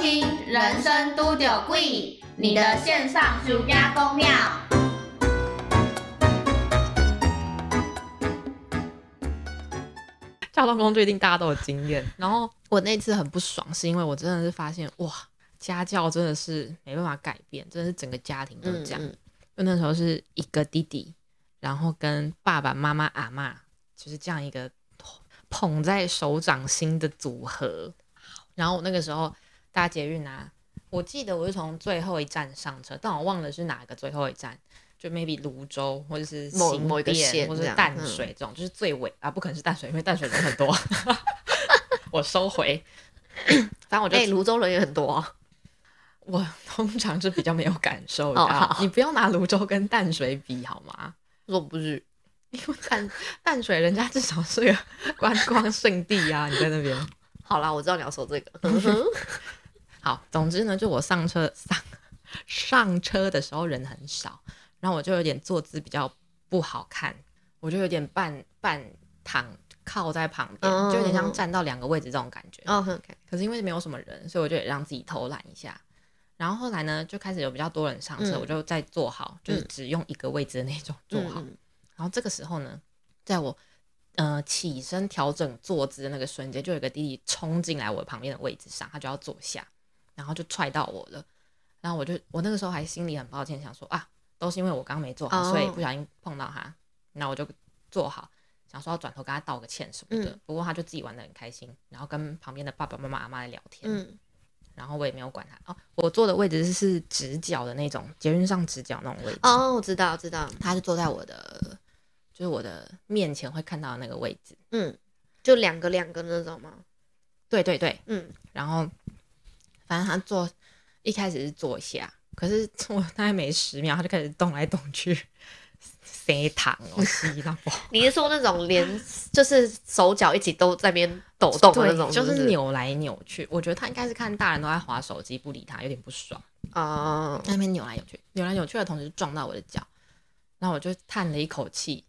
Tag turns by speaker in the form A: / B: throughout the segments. A: 听《人生都有贵》，你的线上暑假公庙。
B: 交通工具一定大家都有经验。然后我那次很不爽，是因为我真的是发现哇，家教真的是没办法改变，真的是整个家庭都这
C: 嗯
B: 样。因为那时候是一个弟弟，然后跟爸爸妈妈、阿嬷，就是这样一个捧在手掌心的组合。然后我那个时候搭捷运啊，我记得我是从最后一站上车，但我忘了是哪个最后一站，就 maybe 泸州或者是
C: 某
B: 新
C: 某一个
B: 店
C: 县
B: 或者
C: 这
B: 是
C: 样
B: 淡
C: 嗯
B: 水这种，就是最尾啊，不可能是淡水，因为淡水人很多。 我收回，反正我就、
C: 哎，泸州人也很多哦。
B: 我通常是比较没有感受
C: 哦
B: 到，
C: 好
B: 你不要拿泸州跟淡水比好吗？
C: 若不是
B: 淡淡水人家至少是个观光圣地啊，你在那边。
C: 好啦，我知道你要说这个。
B: 好，总之呢，就我上车上上车的时候人很少，然后我就有点坐姿比较不好看，我就有点半半躺靠在旁边，
C: 嗯
B: 就有点像站到两个位置这种感觉。
C: 哦，OK，
B: 可是因为没有什么人，所以我就也让自己偷懒一下。然后后来呢，就开始有比较多人上车，
C: 嗯
B: 我就再坐好，就是只用一个位置的那种坐好。
C: 嗯
B: 然后这个时候呢，在我呃起身调整坐姿的那个瞬间，就有一个弟弟冲进来我旁边的位置上，他就要坐下，然后就踹到我了。然后我就我那个时候还心里很抱歉，想说啊，都是因为我刚没坐好，
C: 哦
B: 所以不小心碰到他。那我就坐好，想说要转头跟他道个歉什么的。
C: 嗯
B: 不过他就自己玩的很开心，然后跟旁边的爸爸妈妈、阿妈在聊天。
C: 嗯
B: 然后我也没有管他。哦，我坐的位置是直角的那种，捷运上直角那种位置。
C: 哦，我知道，知道，
B: 他是坐在我的，就是我的面前会看到的那个位置。
C: 嗯，就两个两个那种吗？
B: 对对对，
C: 嗯，
B: 然后反正他坐一开始是坐下，可是坐大概没十秒，他就开始动来动去，塞糖哦， 吸那不好
C: 你是说那种连就是手脚一起都在那边抖动的那种，
B: 对就是是扭来扭去。我觉得他应该是看大人都在划手机，不理他，有点不爽。
C: 啊，哦
B: 在那边扭来扭去，扭来扭去的同时撞到我的脚，然后我就叹了一口气。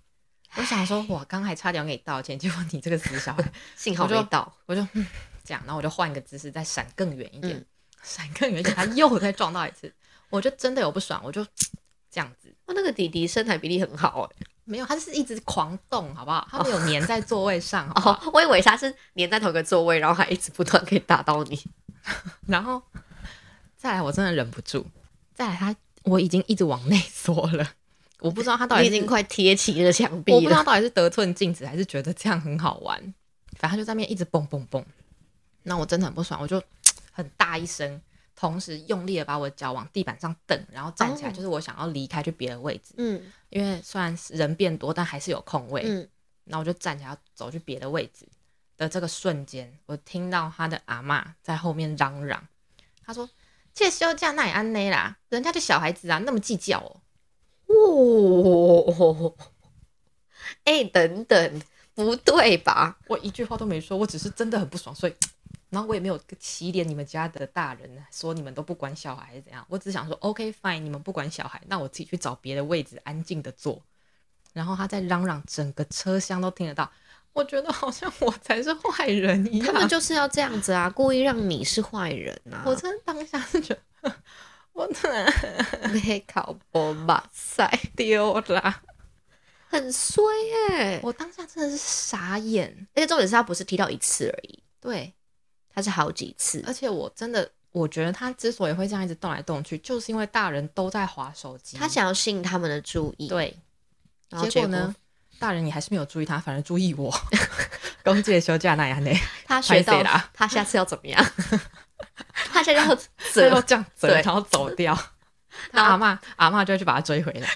B: 我想说，我刚还差点要给你道歉，结果你这个死小孩，
C: 幸好
B: 我就
C: 没到。
B: 我就、嗯、这样，然后我就换个姿势再闪更远一点
C: 嗯，
B: 闪、更远一点，他又再撞到一次，我就真的有不爽，我就这样子，
C: 哦哇，那个弟弟身材比例很好哎、
B: 没有，他是一直狂动，好不好？他没有粘在座位上，好不好？
C: 哦，我以为他是粘在同一个座位，然后还一直不断可以打到你。
B: 然后再来，我真的忍不住，再来他，我已经一直往内缩了，我不知道他到底
C: 你
B: 是
C: 已经快贴起了墙壁
B: 我不知
C: 了
B: 道。到底是得寸进尺，还是觉得这样很好玩。反正他就在那边一直蹦蹦蹦，那我真的很不爽，我就很大一声，同时用力的把我脚往地板上蹬，然后站起来，
C: 哦
B: 就是我想要离开去别的位置，
C: 嗯
B: 因为虽然人变多，但还是有空位。
C: 嗯，
B: 然后我就站起来要走去别的位置的这个瞬间，我听到他的阿嬷在后面嚷嚷，他说：“这休假那也安内啦，人家就小孩子啊，那么计较哦。”
C: 哦， 哎、等等，不对吧？
B: 我一句话都没说，我只是真的很不爽，所以，然后我也没有起点你们家的大人说你们都不管小孩还是怎样，我只想说 OK fine，你们不管小孩，那我自己去找别的位置安静的坐。然后他在嚷嚷，整个车厢都听得到，我觉得好像我才是坏人一样。
C: 他们就是要这样子啊，故意让你是坏人啊！
B: 我真的当下是觉得， 我真的
C: 没考博马赛，
B: 丢啦！
C: 很衰哎、
B: 我当下真的是傻眼，
C: 而且重点是他不是踢到一次而已，
B: 对，
C: 他是好几次。
B: 而且我真的，我觉得他之所以会这样一直动来动去，就是因为大人都在划手机，
C: 他想要吸引他们的注意，，
B: 对，
C: 然后
B: 结果呢，？大人你还是没有注意他，反而注意我。 公借休假那样 呢，
C: 他学
B: 拍
C: 到
B: 谁啦
C: 他下次要怎么 样？ 他现在要
B: 最后
C: 折，
B: 这样走，
C: 对
B: 然后走 掉。他
C: 然后
B: 阿嬷阿嬷就会去把他追回来。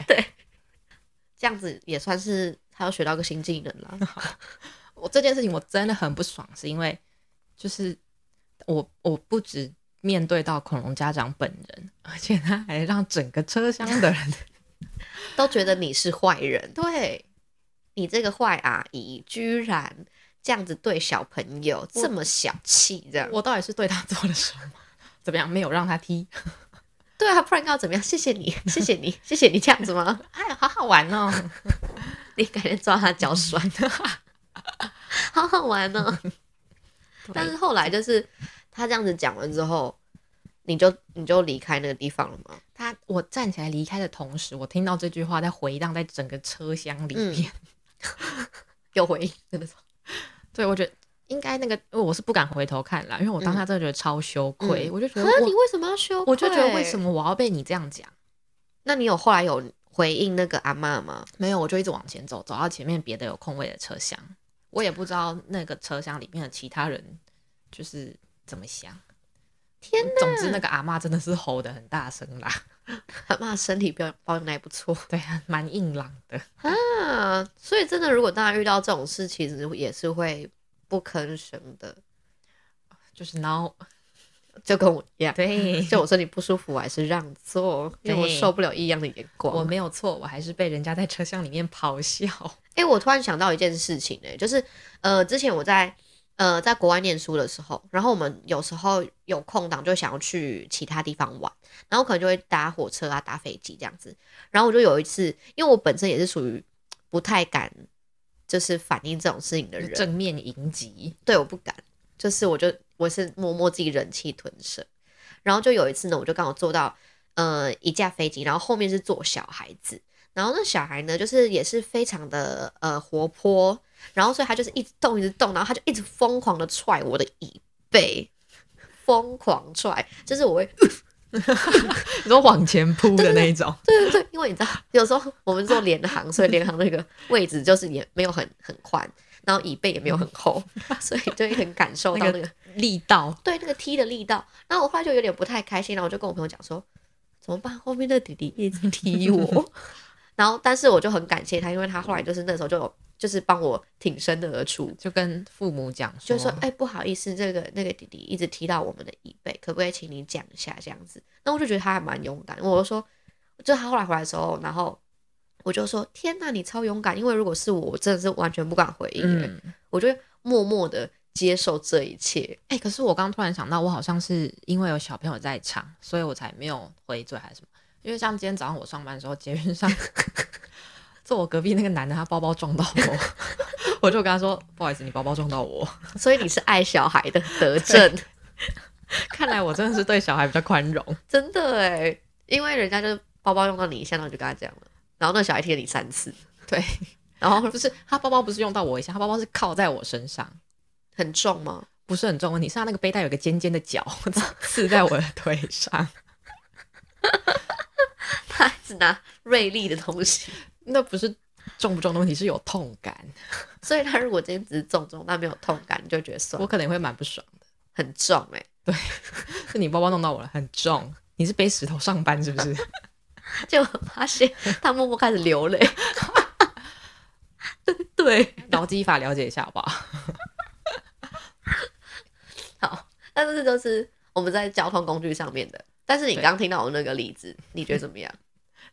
C: 这样子也算是他要学到一个新技能了。
B: 我这件事情我真的很不爽，是因为就是我我不止面对到恐龙家长本人，而且他还让整个车厢的人
C: 都觉得你是坏 人，
B: 对
C: 你这个坏阿姨居然这样子对小朋友这么小气，这样
B: 我到底是对他做了什么？怎么样？没有让他踢？
C: 对啊，不然要怎么样？谢谢你，谢谢你，谢谢你这样子吗？
B: 哎，好好玩哦！
C: 你改天抓他脚甩， 好好玩哦。但是后来就是他这样子讲完之后，你就你就离开那个地方了吗？
B: 他我站起来离开的同时，我听到这句话在回荡在整个车厢里面。
C: 有回应真的是
B: 对我觉得应该那个，因为我是不敢回头看啦，因为我当下真的觉得超羞愧，
C: 嗯
B: 我就觉
C: 可
B: 得
C: 是你
B: 我
C: 为什么要羞
B: 我就觉得为什
C: 么？
B: 么我要被你这样讲？
C: 那你有后来有回应那个阿嬷吗？
B: 没有，我就一直往前走，走到前面别的有空位的车厢，我也不知道那个车厢里面的其他人就是怎么想。
C: 天哪！
B: 总之，那个阿嬷真的是吼的很大声啦，
C: 阿嬷身体保保养的还不错
B: 对，啊蛮硬朗的。
C: 啊，所以真的，如果大家遇到这种事，其实也是会不吭声的，
B: 就是然后
C: 就跟我一样。
B: 对，
C: 就我身体不舒服，我还是让座，因为我
B: 对
C: 受不了异样的眼光。
B: 我没有错，我还是被人家在车厢里面咆哮。
C: 哎、我突然想到一件事情、欸，就是呃，之前我在呃在国外念书的时候，然后我们有时候有空档就想要去其他地方玩，然后可能就会搭火车啊、搭飞机这样子。然后我就有一次，因为我本身也是属于不太敢就是反映这种事情的人，
B: 正面迎击，
C: 对，我不敢，就是我就我是默默自己忍气吞声。然后就有一次呢，我就刚好坐到呃一架飞机，然后后面是坐小孩子，然后那小孩呢就是也是非常的呃活泼，然后所以他就是一直动一直动，然后他就一直疯狂的踹我的椅背，疯狂踹，就是我会
B: 你说往前扑的那一种，
C: 对对对，因为你知道，有时候我们做联航，所以联航那个位置就是也没有很很宽，然后椅背也没有很厚，所以就会很感受到
B: 那个
C: 那个
B: 力道，
C: 对那个踢的力道。然后我后来就有点不太开心，然后我就跟我朋友讲说，怎么办？后面的弟弟一直踢我。 然后，但是我就很感谢他，因为他后来就是那时候就有就是帮我挺身而出，
B: 就跟父母讲说，
C: 就说哎、不好意思，这个那个弟弟一直踢到我们的椅背，可不可以请你讲一下这样子？那我就觉得他还蛮勇敢，我就说，就他后来回来的时候，然后我就说天呐，你超勇敢，因为如果是我，我真的是完全不敢回应、欸
B: 嗯，
C: 我就默默的接受这一切。
B: 哎、可是我刚突然想到，我好像是因为有小朋友在场，所以我才没有回嘴还是什么。因为像今天早上我上班的时候，捷运上 坐我隔壁那个男的，他包包撞到我， 我就跟他说：“不好意思，你包包撞到我。
C: 所以你是爱小孩的德政，”
B: 看来我真的是对小孩比较宽容。
C: 真的哎、因为人家就包包用到你一下，然后你就跟他讲了，然后那小孩踢了你三次，
B: 对，
C: 然后
B: 不是他包包不是用到我一下，他包包是靠在我身上，
C: 很重吗？
B: 不是很重。问题是他那个背带有个尖尖的角刺在我的腿上，
C: 他一直拿锐利的东西，
B: 那不是重不重的问题，是有痛感，
C: 所以他如果今天只是重重，但没有痛感，你就觉得算
B: 我
C: 了
B: 可能也会蛮不爽。
C: 很重哎、
B: 是你包包弄到我了，很重。你是背石头上班是不 是？
C: 结果发现他默默开始流 泪。对，
B: 劳基法了解一下好不好？
C: 好，那这就是我们在交通工具上面的。但是你
B: 对
C: 刚刚听到我那个例子，你觉得怎么样？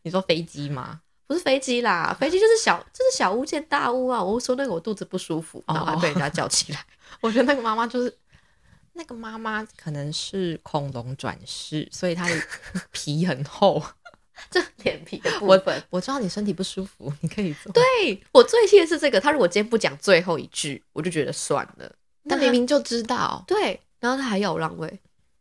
B: 你说飞机吗？
C: 不是飞机啦，飞机就是小， 就是小巫见大巫啊！我说那个我肚子不舒服，
B: 哦
C: 然后还被人家叫起来。
B: 我觉得那个妈妈就是那个妈妈，可能是恐龙转世，所以她的皮很厚。
C: 这脸皮的部
B: 我
C: 分，
B: 我知道你身体不舒服，你可以做。
C: 对我最气的是这个。他如果今天不讲最后一句，我就觉得算了。
B: 但明明就知道，
C: 对，然后他还要我让位，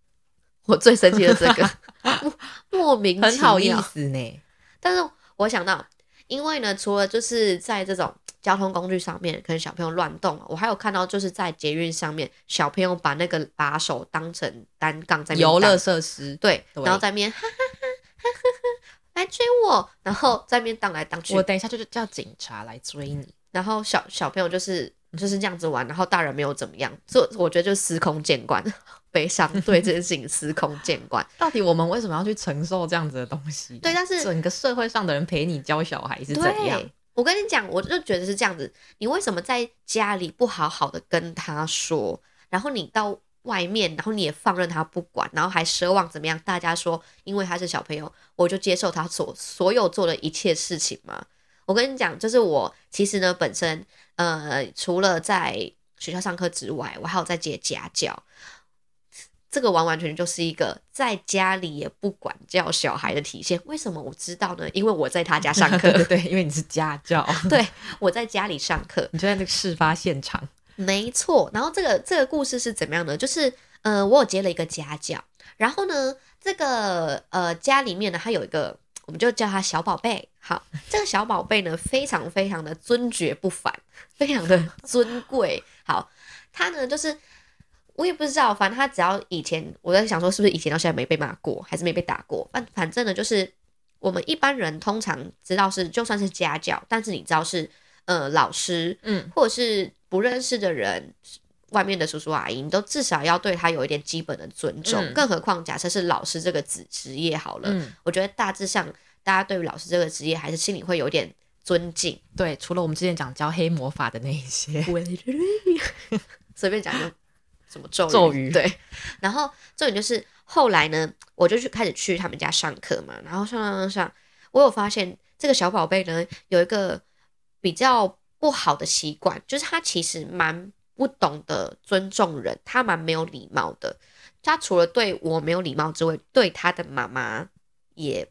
C: 我最生气的这 个莫莫名
B: 很
C: 其
B: 好意
C: 妙
B: 思呢。
C: 但是我想到，因为呢，除了就是在这种交通工具上面，可能小朋友乱动啊嘛，我还有看到就是在捷运上面，小朋友把那个把手当成单杠在那边
B: 游乐
C: 荡
B: 设施，
C: 对，
B: 对
C: 然后在面哈哈哈哈哈哈来追我，然后在面荡来荡去
B: 我，等一下就是叫警察来追你。
C: 然后小小朋友就是就是这样子玩，然后大人没有怎么样，这我觉得就司空见惯，悲伤对这件事情司空见惯。
B: 到底我们为什么要去承受这样子的东西？
C: 对但是
B: 整个社会上的人陪你教小孩是
C: 对，
B: 怎样？
C: 我跟你讲，我就觉得是这样子。你为什么在家里不好好的跟他说，然后你到外面，然后你也放任他不管，然后还奢望怎么样？大家说，因为他是小朋友，我就接受他所所有做的一切事情吗？我跟你讲，就是我其实呢，本身呃，除了在学校上课之外，我还有在接家教。这个完完全全就是一个在家里也不管教小孩的体现。为什么我知道呢？因为我在他家上课
B: 对，对对，因为你是家教，
C: 对，我在家里上课，
B: 你就在那个事发现场。
C: 没错。然后这个这个故事是怎么样呢？就是呃，我有接了一个家教，然后呢，这个呃家里面呢，他有一个，我们就叫他小宝贝。好，这个小宝贝呢，非常非常的尊爵不凡，非常的尊贵。好，他呢就是。我也不知道，反正他只要以前，我在想说是不是以前到现在没被骂过，还是没被打过。反反正呢，就是我们一般人通常知道是，就算是家教，但是你知道是呃老师，
B: 嗯，
C: 或者是不认识的人，外面的叔叔阿姨，你都至少要对他有一点基本的尊重。
B: 嗯
C: 更何况，假设是老师这个职职业好了，
B: 嗯，
C: 我觉得大致上大家对于老师这个职业还是心里会有点尊敬。
B: 对，除了我们之前讲教黑魔法的那一些，
C: 随便讲一个什么咒语
B: 咒语
C: 对。然后重点就是后来呢，我就去开始去他们家上课嘛，然后上上上上，我有发现这个小宝贝呢有一个比较不好的习惯，就是他其实蛮不懂得尊重人，他蛮没有礼貌的。他除了对我没有礼貌之外，对他的妈妈也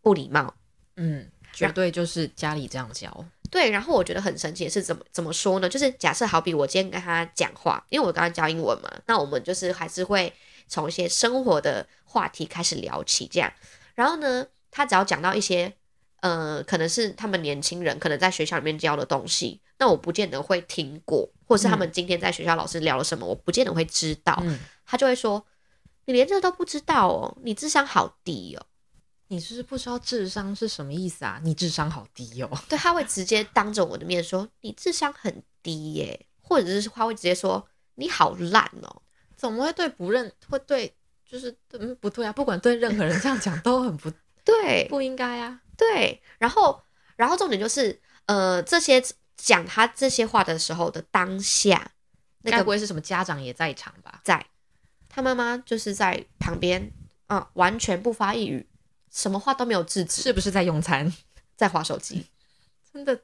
C: 不礼貌。
B: 嗯，绝对就是家里这样教，
C: 对，然后我觉得很神奇的是怎么怎么说呢？就是假设好比我今天跟他讲话，因为我刚刚教英文嘛，那我们就是还是会从一些生活的话题开始聊起这样。然后呢，他只要讲到一些呃，可能是他们年轻人可能在学校里面教的东西，那我不见得会听过，或是他们今天在学校老师聊了什么，我不见得会知道。
B: 嗯，
C: 他就会说：“你连这都不知道哦，你智商好低哦。”
B: 你是不是不知道智商是什么意思啊？你智商好低哦，
C: 对，他会直接当着我的面说你智商很低耶、或者是他会直接说你好烂哦、
B: 怎么会对不认会对就是嗯不对啊？不管对任何人这样讲都很不
C: 对
B: 不应该啊。
C: 对，然后然后重点就是呃，这些讲他这些话的时候的当下，那
B: 该
C: 个
B: 不会是什么家长也在场吧？
C: 在他妈妈就是在旁边啊、完全不发一语，什么话都没有制止，
B: 是不是在用餐？
C: 在划手机。
B: 真的，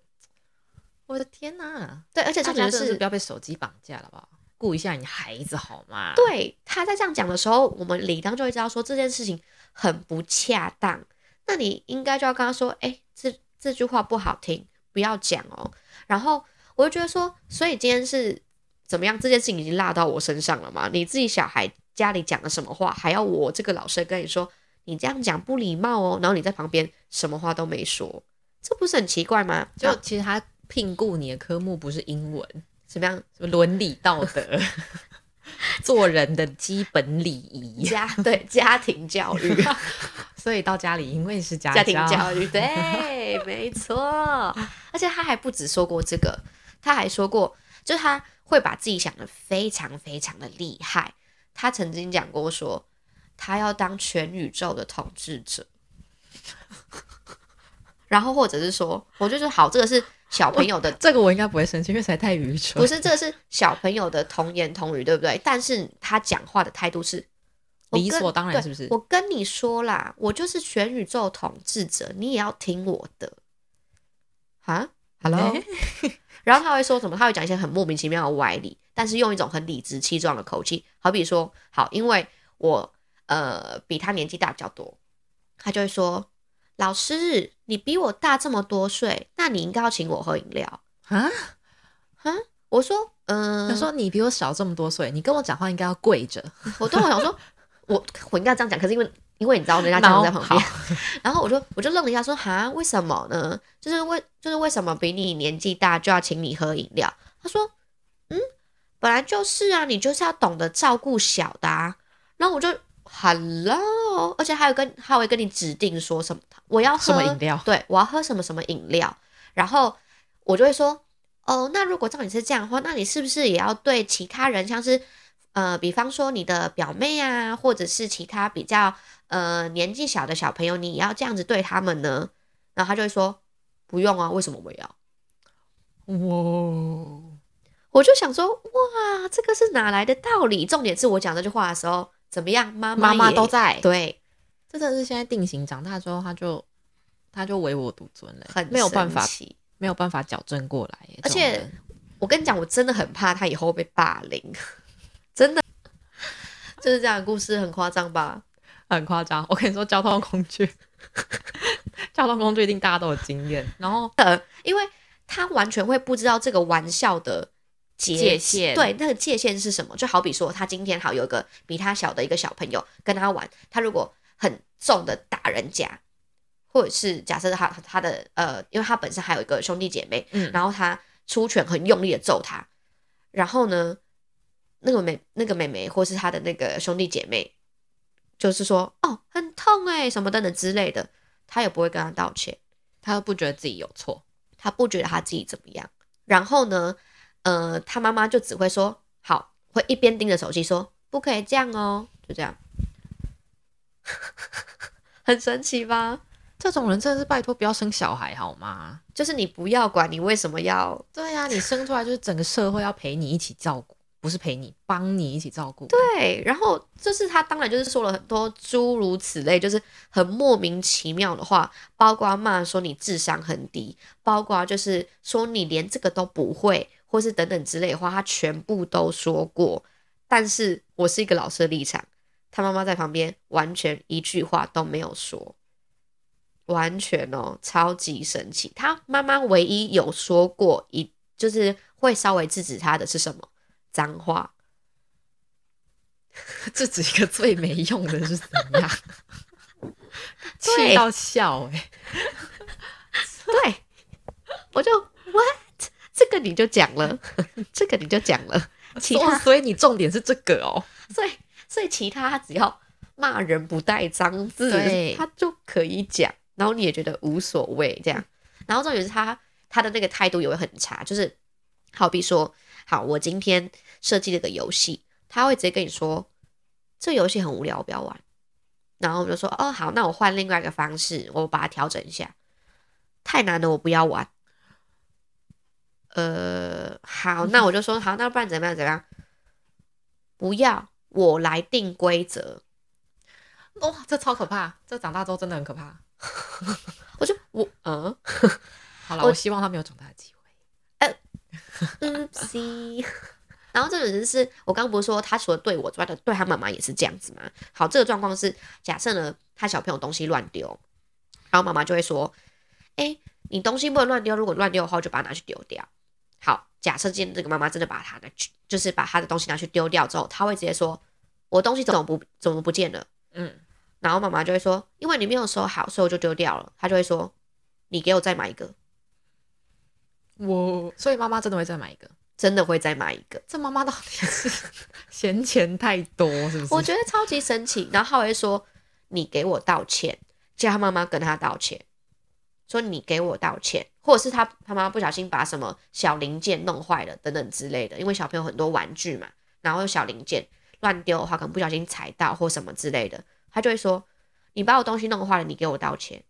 B: 我的天哪、
C: 对，而且
B: 大
C: 重
B: 家
C: 点
B: 真的
C: 是
B: 是不要被手机绑架了，好不好？顾一下你孩子好吗？，
C: 对，他在这样讲的时候，我们理当就会知道说这件事情很不恰当。那你应该就要跟他说，哎、这这句话不好听，不要讲哦。然后我就觉得说，所以今天是怎么样？这件事情已经落到我身上了嘛？你自己小孩家里讲了什么话，还要我这个老师跟你说，你这样讲不礼貌哦。然后你在旁边什么话都没说，这不是很奇怪吗？
B: 就
C: 就
B: 其实他聘雇你的科目不是英文，
C: 怎么样？
B: 什么伦理道 德，做人的基本礼仪。
C: 家 对家庭教育。
B: 所以到家里，因为是家
C: 家庭教育，对，没错。而且他还不止说过这个，他还说过，就是他会把自己想的非常非常的厉害。他曾经讲过说，他要当全宇宙的统治者。 然后或者是说，我就说好，这个是小朋友的
B: 这个我应该不会生气，因为实在太愚蠢。
C: 不是，这个是小朋友的童言童语，对不对？但是他讲话的态度是我
B: 理
C: 跟
B: 所当然
C: 对
B: 是不是
C: 我跟你说啦，我就是全宇宙统治者，你也要听我的。啊，Hello，
B: 诶
C: 然后他会说什么？他会讲一些很莫名其妙的歪理，但是用一种很理直气壮的口气，好比说，好，因为我呃比他年纪大比较多，他就会说，老师，你比我大这么多岁，那你应该要请我喝饮料。
B: 啊，
C: 我说，嗯、
B: 他说你比我小这么多岁，你跟我讲话应该要跪着，
C: 我对我想说，我我应该这样讲，可是因为因为你知道人家家长在旁边，然后我就我就愣了一下说，哈，为什么呢？就是为就是为什么比你年纪大就要请你喝饮料？他说，嗯，本来就是啊，你就是要懂得照顾小的啊。然后我就 hello，而且还有跟还会跟你指定说什么，我要喝
B: 什么饮料
C: 对，我要喝什么什么饮料，然后我就会说，哦，那如果照你是这样的话，那你是不是也要对其他人，像是呃，比方说你的表妹啊，或者是其他比较呃年纪小的小朋友，你也要这样子对他们呢？然后他就会说，不用啊，为什么我要？
B: 哇，
C: 我就想说，哇，这个是哪来的道理？重点是我讲这句话的时候，怎么样？妈妈
B: 妈妈
C: 也
B: 都在。
C: 对，
B: 这真的是现在定型，长大之后他就他就唯我独尊了，
C: 很
B: 没有办法
C: 神，奇
B: 没有办法矫正过来耶。
C: 而且
B: 这种人
C: 我跟你讲，我真的很怕他以后被霸凌， 真的。就是这样的故事很夸张吧？
B: 很夸张，我跟你说，交通工具， 交通工具一定大家都有经验。然后
C: 因为他完全会不知道这个玩笑的界
B: 界限
C: 对，那个界限是什么？就好比说，他今天好有一个比他小的一个小朋友跟他玩，他如果很重的打人家，或者是假设他他的呃，因为他本身还有一个兄弟姐妹，
B: 嗯
C: 然后他出拳很用力的揍他，然后呢，那个妹那个妹妹或是他的那个兄弟姐妹，就是说哦很痛哎、什么等等之类的，他也不会跟他道歉。
B: 他都不觉得自己有错，
C: 他不觉得他自己怎么样。然后呢，呃，他妈妈就只会说好，会一边盯着手机说不可以这样哦，就这样， 很神奇吧？
B: 这种人真的是拜托不要生小孩好吗？
C: 就是你不要管你为什么要
B: 对呀、你生出来就是整个社会要陪你一起照顾，不是陪你帮你一起照顾。对，啊
C: 对，然后就是他当然就是说了很多诸如此类，就是很莫名其妙的话，包括骂说你智商很低，包括就是说你连这个都不会，或是等等之类的话，他全部都说过。但是我是一个老师的立场，他妈妈在旁边完全一句话都没有说，完全哦，超级神奇。他妈妈唯一有说过一，就是会稍微制止他的是什么？脏话。
B: 这只是一个最没用的 是怎样？
C: 对
B: 气到笑哎、
C: 对，我就 what 这个你就讲了， 这个你就讲了，其
B: 所
C: 他
B: 以所以你重点是这个哦。
C: 所以所以其他他只要骂人不带脏字
B: 对，
C: 他就可以讲，然后你也觉得无所谓这样，然后重点是他他的那个态度也会很差，就是好比说，好，我今天设计了个游戏，他会直接跟你说这游戏很无聊，不要玩。然后我就说，哦，好，那我换另外一个方式，我把它调整一下。太难了，我不要玩。呃，好，那我就说，好，那不然怎么样？怎么样？不要，我来定规则。
B: 哇、这超可怕！这长大之后真的很可怕。
C: 我就我嗯
B: 好了，
C: 我
B: 我希望他没有长大的机会。
C: 嗯 C。然 后这种人是我刚刚不是说他除了对我之外的对他妈妈也是这样子吗？好，这个状况是假设呢，他小朋友东西乱丢，然后妈妈就会说：“哎、你东西不能乱丢，如果乱丢的话，我就把它拿去丢掉。”好，假设今天这个妈妈真的把它拿去，就是把他的东西拿去丢掉之后，他会直接说：“我东西怎么不怎么不见了？”
B: 嗯，
C: 然后妈妈就会说：“因为你没有收好，所以我就丢掉了。”他就会说：“你给我再买一个，
B: 我所以妈妈真的会再买一个。
C: 真的会再买一个。”
B: 这妈妈到底是 嫌钱太多，是不是？
C: 我觉得超级神 奇。然后他会说：“你给我道歉。”叫他妈妈跟他道歉，说：“你给我道歉。”或者是他他妈妈不小心把什么小零件弄坏了等等之类的，因为小朋友很多玩具嘛，然后有小零件乱丢的话，可能不小心踩到或什么之类的，他就会说：“你把我东西弄坏了，你给我道歉。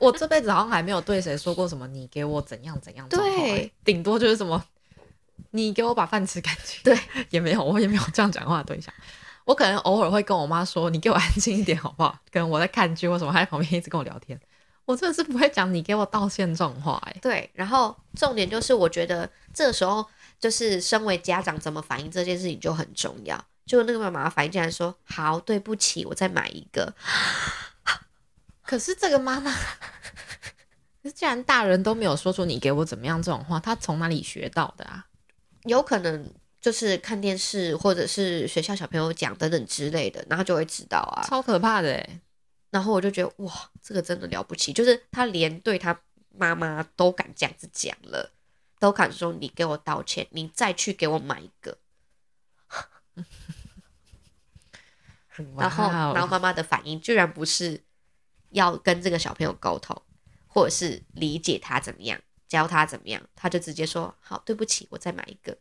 B: 我这辈子好像还没有对谁说过什么“你给我怎样怎样”
C: 对
B: 状况欸，顶多就是什么“你给我把饭吃干净”，
C: 对，
B: 也没有，我也没有这样讲话的对象。我可能偶尔会跟我妈说：“你给我安静一点好不好？”可能我在看剧或什么，她在旁边一直跟我聊天，我真的是不会讲“你给我道歉”这种话、欸。”
C: 对，然后重点就是，我觉得这时候就是身为家长怎么反应这件事情就很重要。就那个妈妈反应竟然说：“好，对不起，我再买一个。”
B: 可是这个妈 妈，可是既然大人都没有说出“你给我怎么样”这种话，她从哪里学到的啊？
C: 有可能就是看电视或者是学校小朋友讲等等之类的，然后就会知道啊。
B: 超可怕的、欸！
C: 然后我就觉得哇，这个真的了不起，就是他连对他妈妈都敢这样子讲了，都敢说你给我道歉，你再去给我买一个。然后
B: 哇哦
C: 然后妈妈的反应居然不是要跟这个小朋友沟通，或者是理解他怎么样，教他怎么样，他就直接说好，对不起，我再买一个。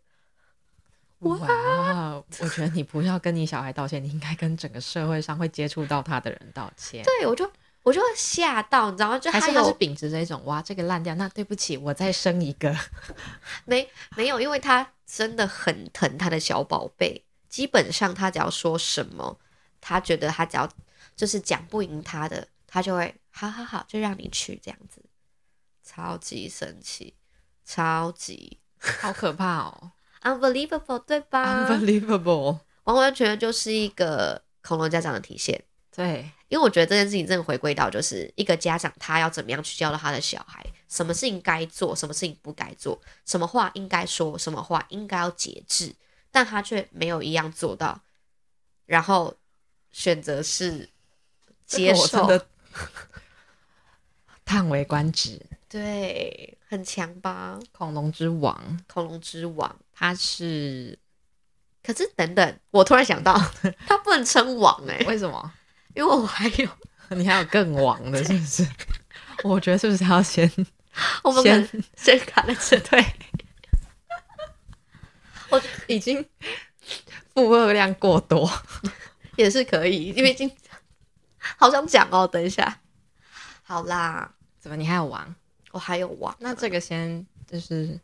B: 哇哦！我觉得你不要跟你小孩道歉，你应该跟整个社会上会接触到他的人道歉。
C: 对我就我就吓到，你知道吗？就
B: 还
C: 他
B: 是
C: 有
B: 他是秉持着一种哇，这个烂掉，那对不起，我再生一个。
C: 没没有，因为他真的很疼他的小宝贝。基本上他只要说什么，他觉得他只要就是讲不赢他的，他就会好好好，就让你去这样子，超级神奇，超级
B: 好可怕哦
C: unbelievable，对 吧？
B: ，unbelievable。
C: 完完全全就是一个恐龙家长的体现。
B: 对，
C: 因为我觉得这件事情真的回归到就是一个家长他要怎么样去教导他的小孩，什么事情该做，什么事情不该做，什么话应该说，什么话应该要节制，但他却没有一样做到，然后选择是接
B: 这个我
C: 受，
B: 真的 叹为观止。
C: 对，很强吧，
B: 恐龙之王，
C: 恐龙之王。
B: 他 是
C: 可是等等，我突然想到， 他不能称王哎、
B: 为什么？
C: 因为我还有
B: 你还有更王的，是不是？ 我觉得是不是还要先
C: 我们可
B: 先
C: 能先卡在这对，
B: 已经 负荷量过 多？
C: 也是可以，因为已经好想讲哦。等一下，好啦，
B: 怎么你还有王？
C: 我还有王，
B: 那这个先就是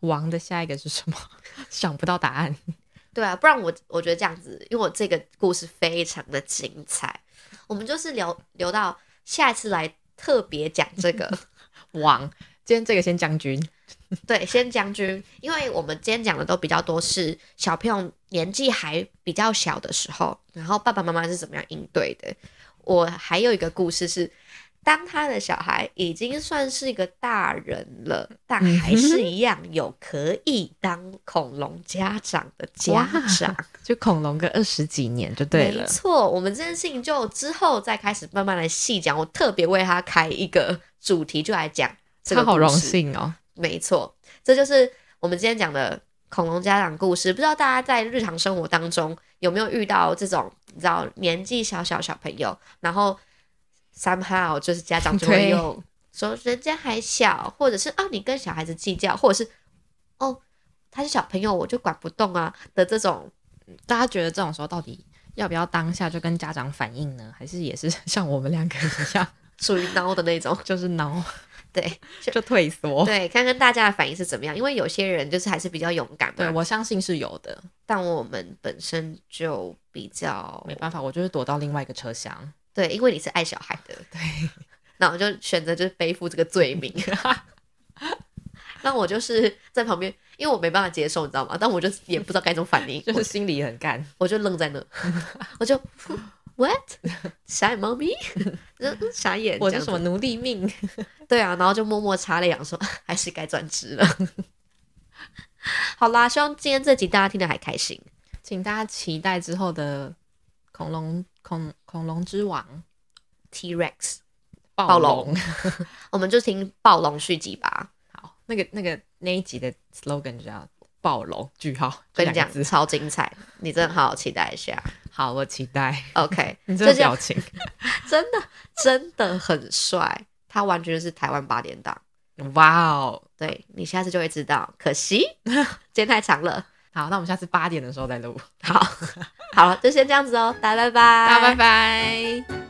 B: 王的下一个是什么？ 想不到答案。
C: 对啊，不然我我觉得这样子，因为我这个故事非常的精彩，我们就是留留到下一次来特别讲这个。
B: 王，今天这个先将军。
C: 对，先将军，因为我们今天讲的都比较多是小朋友年纪还比较小的时候，然后爸爸妈妈是怎么样应对的。我还有一个故事是，当他的小孩已经算是一个大人了，但
B: 嗯
C: 还是一样有可以当恐龙家长的家长。
B: 就恐龙个二十几年就 对
C: 没
B: 了，
C: 错，我们这件事情就之后再开始慢慢来细讲。我特别为他开一个主题，就来讲这个
B: 他好
C: 故
B: 荣
C: 事
B: 幸哦。
C: 没错，这就是我们今天讲的恐龙家长故事。不知道大家在日常生活当中有没有遇到这种，你知道年纪小小小朋友，然后 somehow 就是家长就会
B: 对
C: 用说人家还小，或者是啊你跟小孩子计较，或者是哦他是小朋友我就管不动啊的这种。
B: 大家觉得这种时候到底要不要当下就跟家长反映呢？还是也是 像我们两个一样，
C: 属于孬的那种，
B: 就是挠
C: 对
B: 就退缩？
C: 对，看看大家的反应是怎么样。因为有些人就是还是比较勇 敢
B: 对，
C: 嘛，
B: 我相信是有的，
C: 但我们本身就比较
B: 没办法，我就是躲到另外一个车厢。
C: 对，因为你是爱小孩的，
B: 对，
C: 那我就选择就是背负这个罪 名。那我就是在旁边，因为我没办法接受，你知道吗？但我就也不知道该怎么反应，
B: 就是心里很干，
C: 我就愣在 那，我就 what 傻眼猫咪，就嗯傻眼，
B: 我
C: 这
B: 是
C: 样
B: 什么
C: 子
B: 奴隶命？
C: 对啊，然后就默默擦泪，想说 还是该转职了。 好啦，希望今天这集大家听得还开心。
B: 请大家期待之后的恐龙恐恐龙之王
C: T Rex，暴
B: 暴
C: 龙
B: 龙。
C: 我们就听暴龙续集吧。
B: 好，那个那个那一集的 slogan 就叫暴龙句号，这
C: 跟你
B: 两
C: 讲
B: 个，字。
C: 超精彩，你真的好好期待一下。
B: 好，我期 待
C: OK，
B: 你这
C: 这
B: 个
C: 就
B: 表情，
C: 真的真的很帅，他完全是台湾八点档。
B: 哇哦！
C: 对你下次就会知道，可 惜今天太长了。
B: 好，那我们下次 八点的时候再录，
C: 好，好了，就先这样子哦，大家拜拜，
B: 大家拜拜。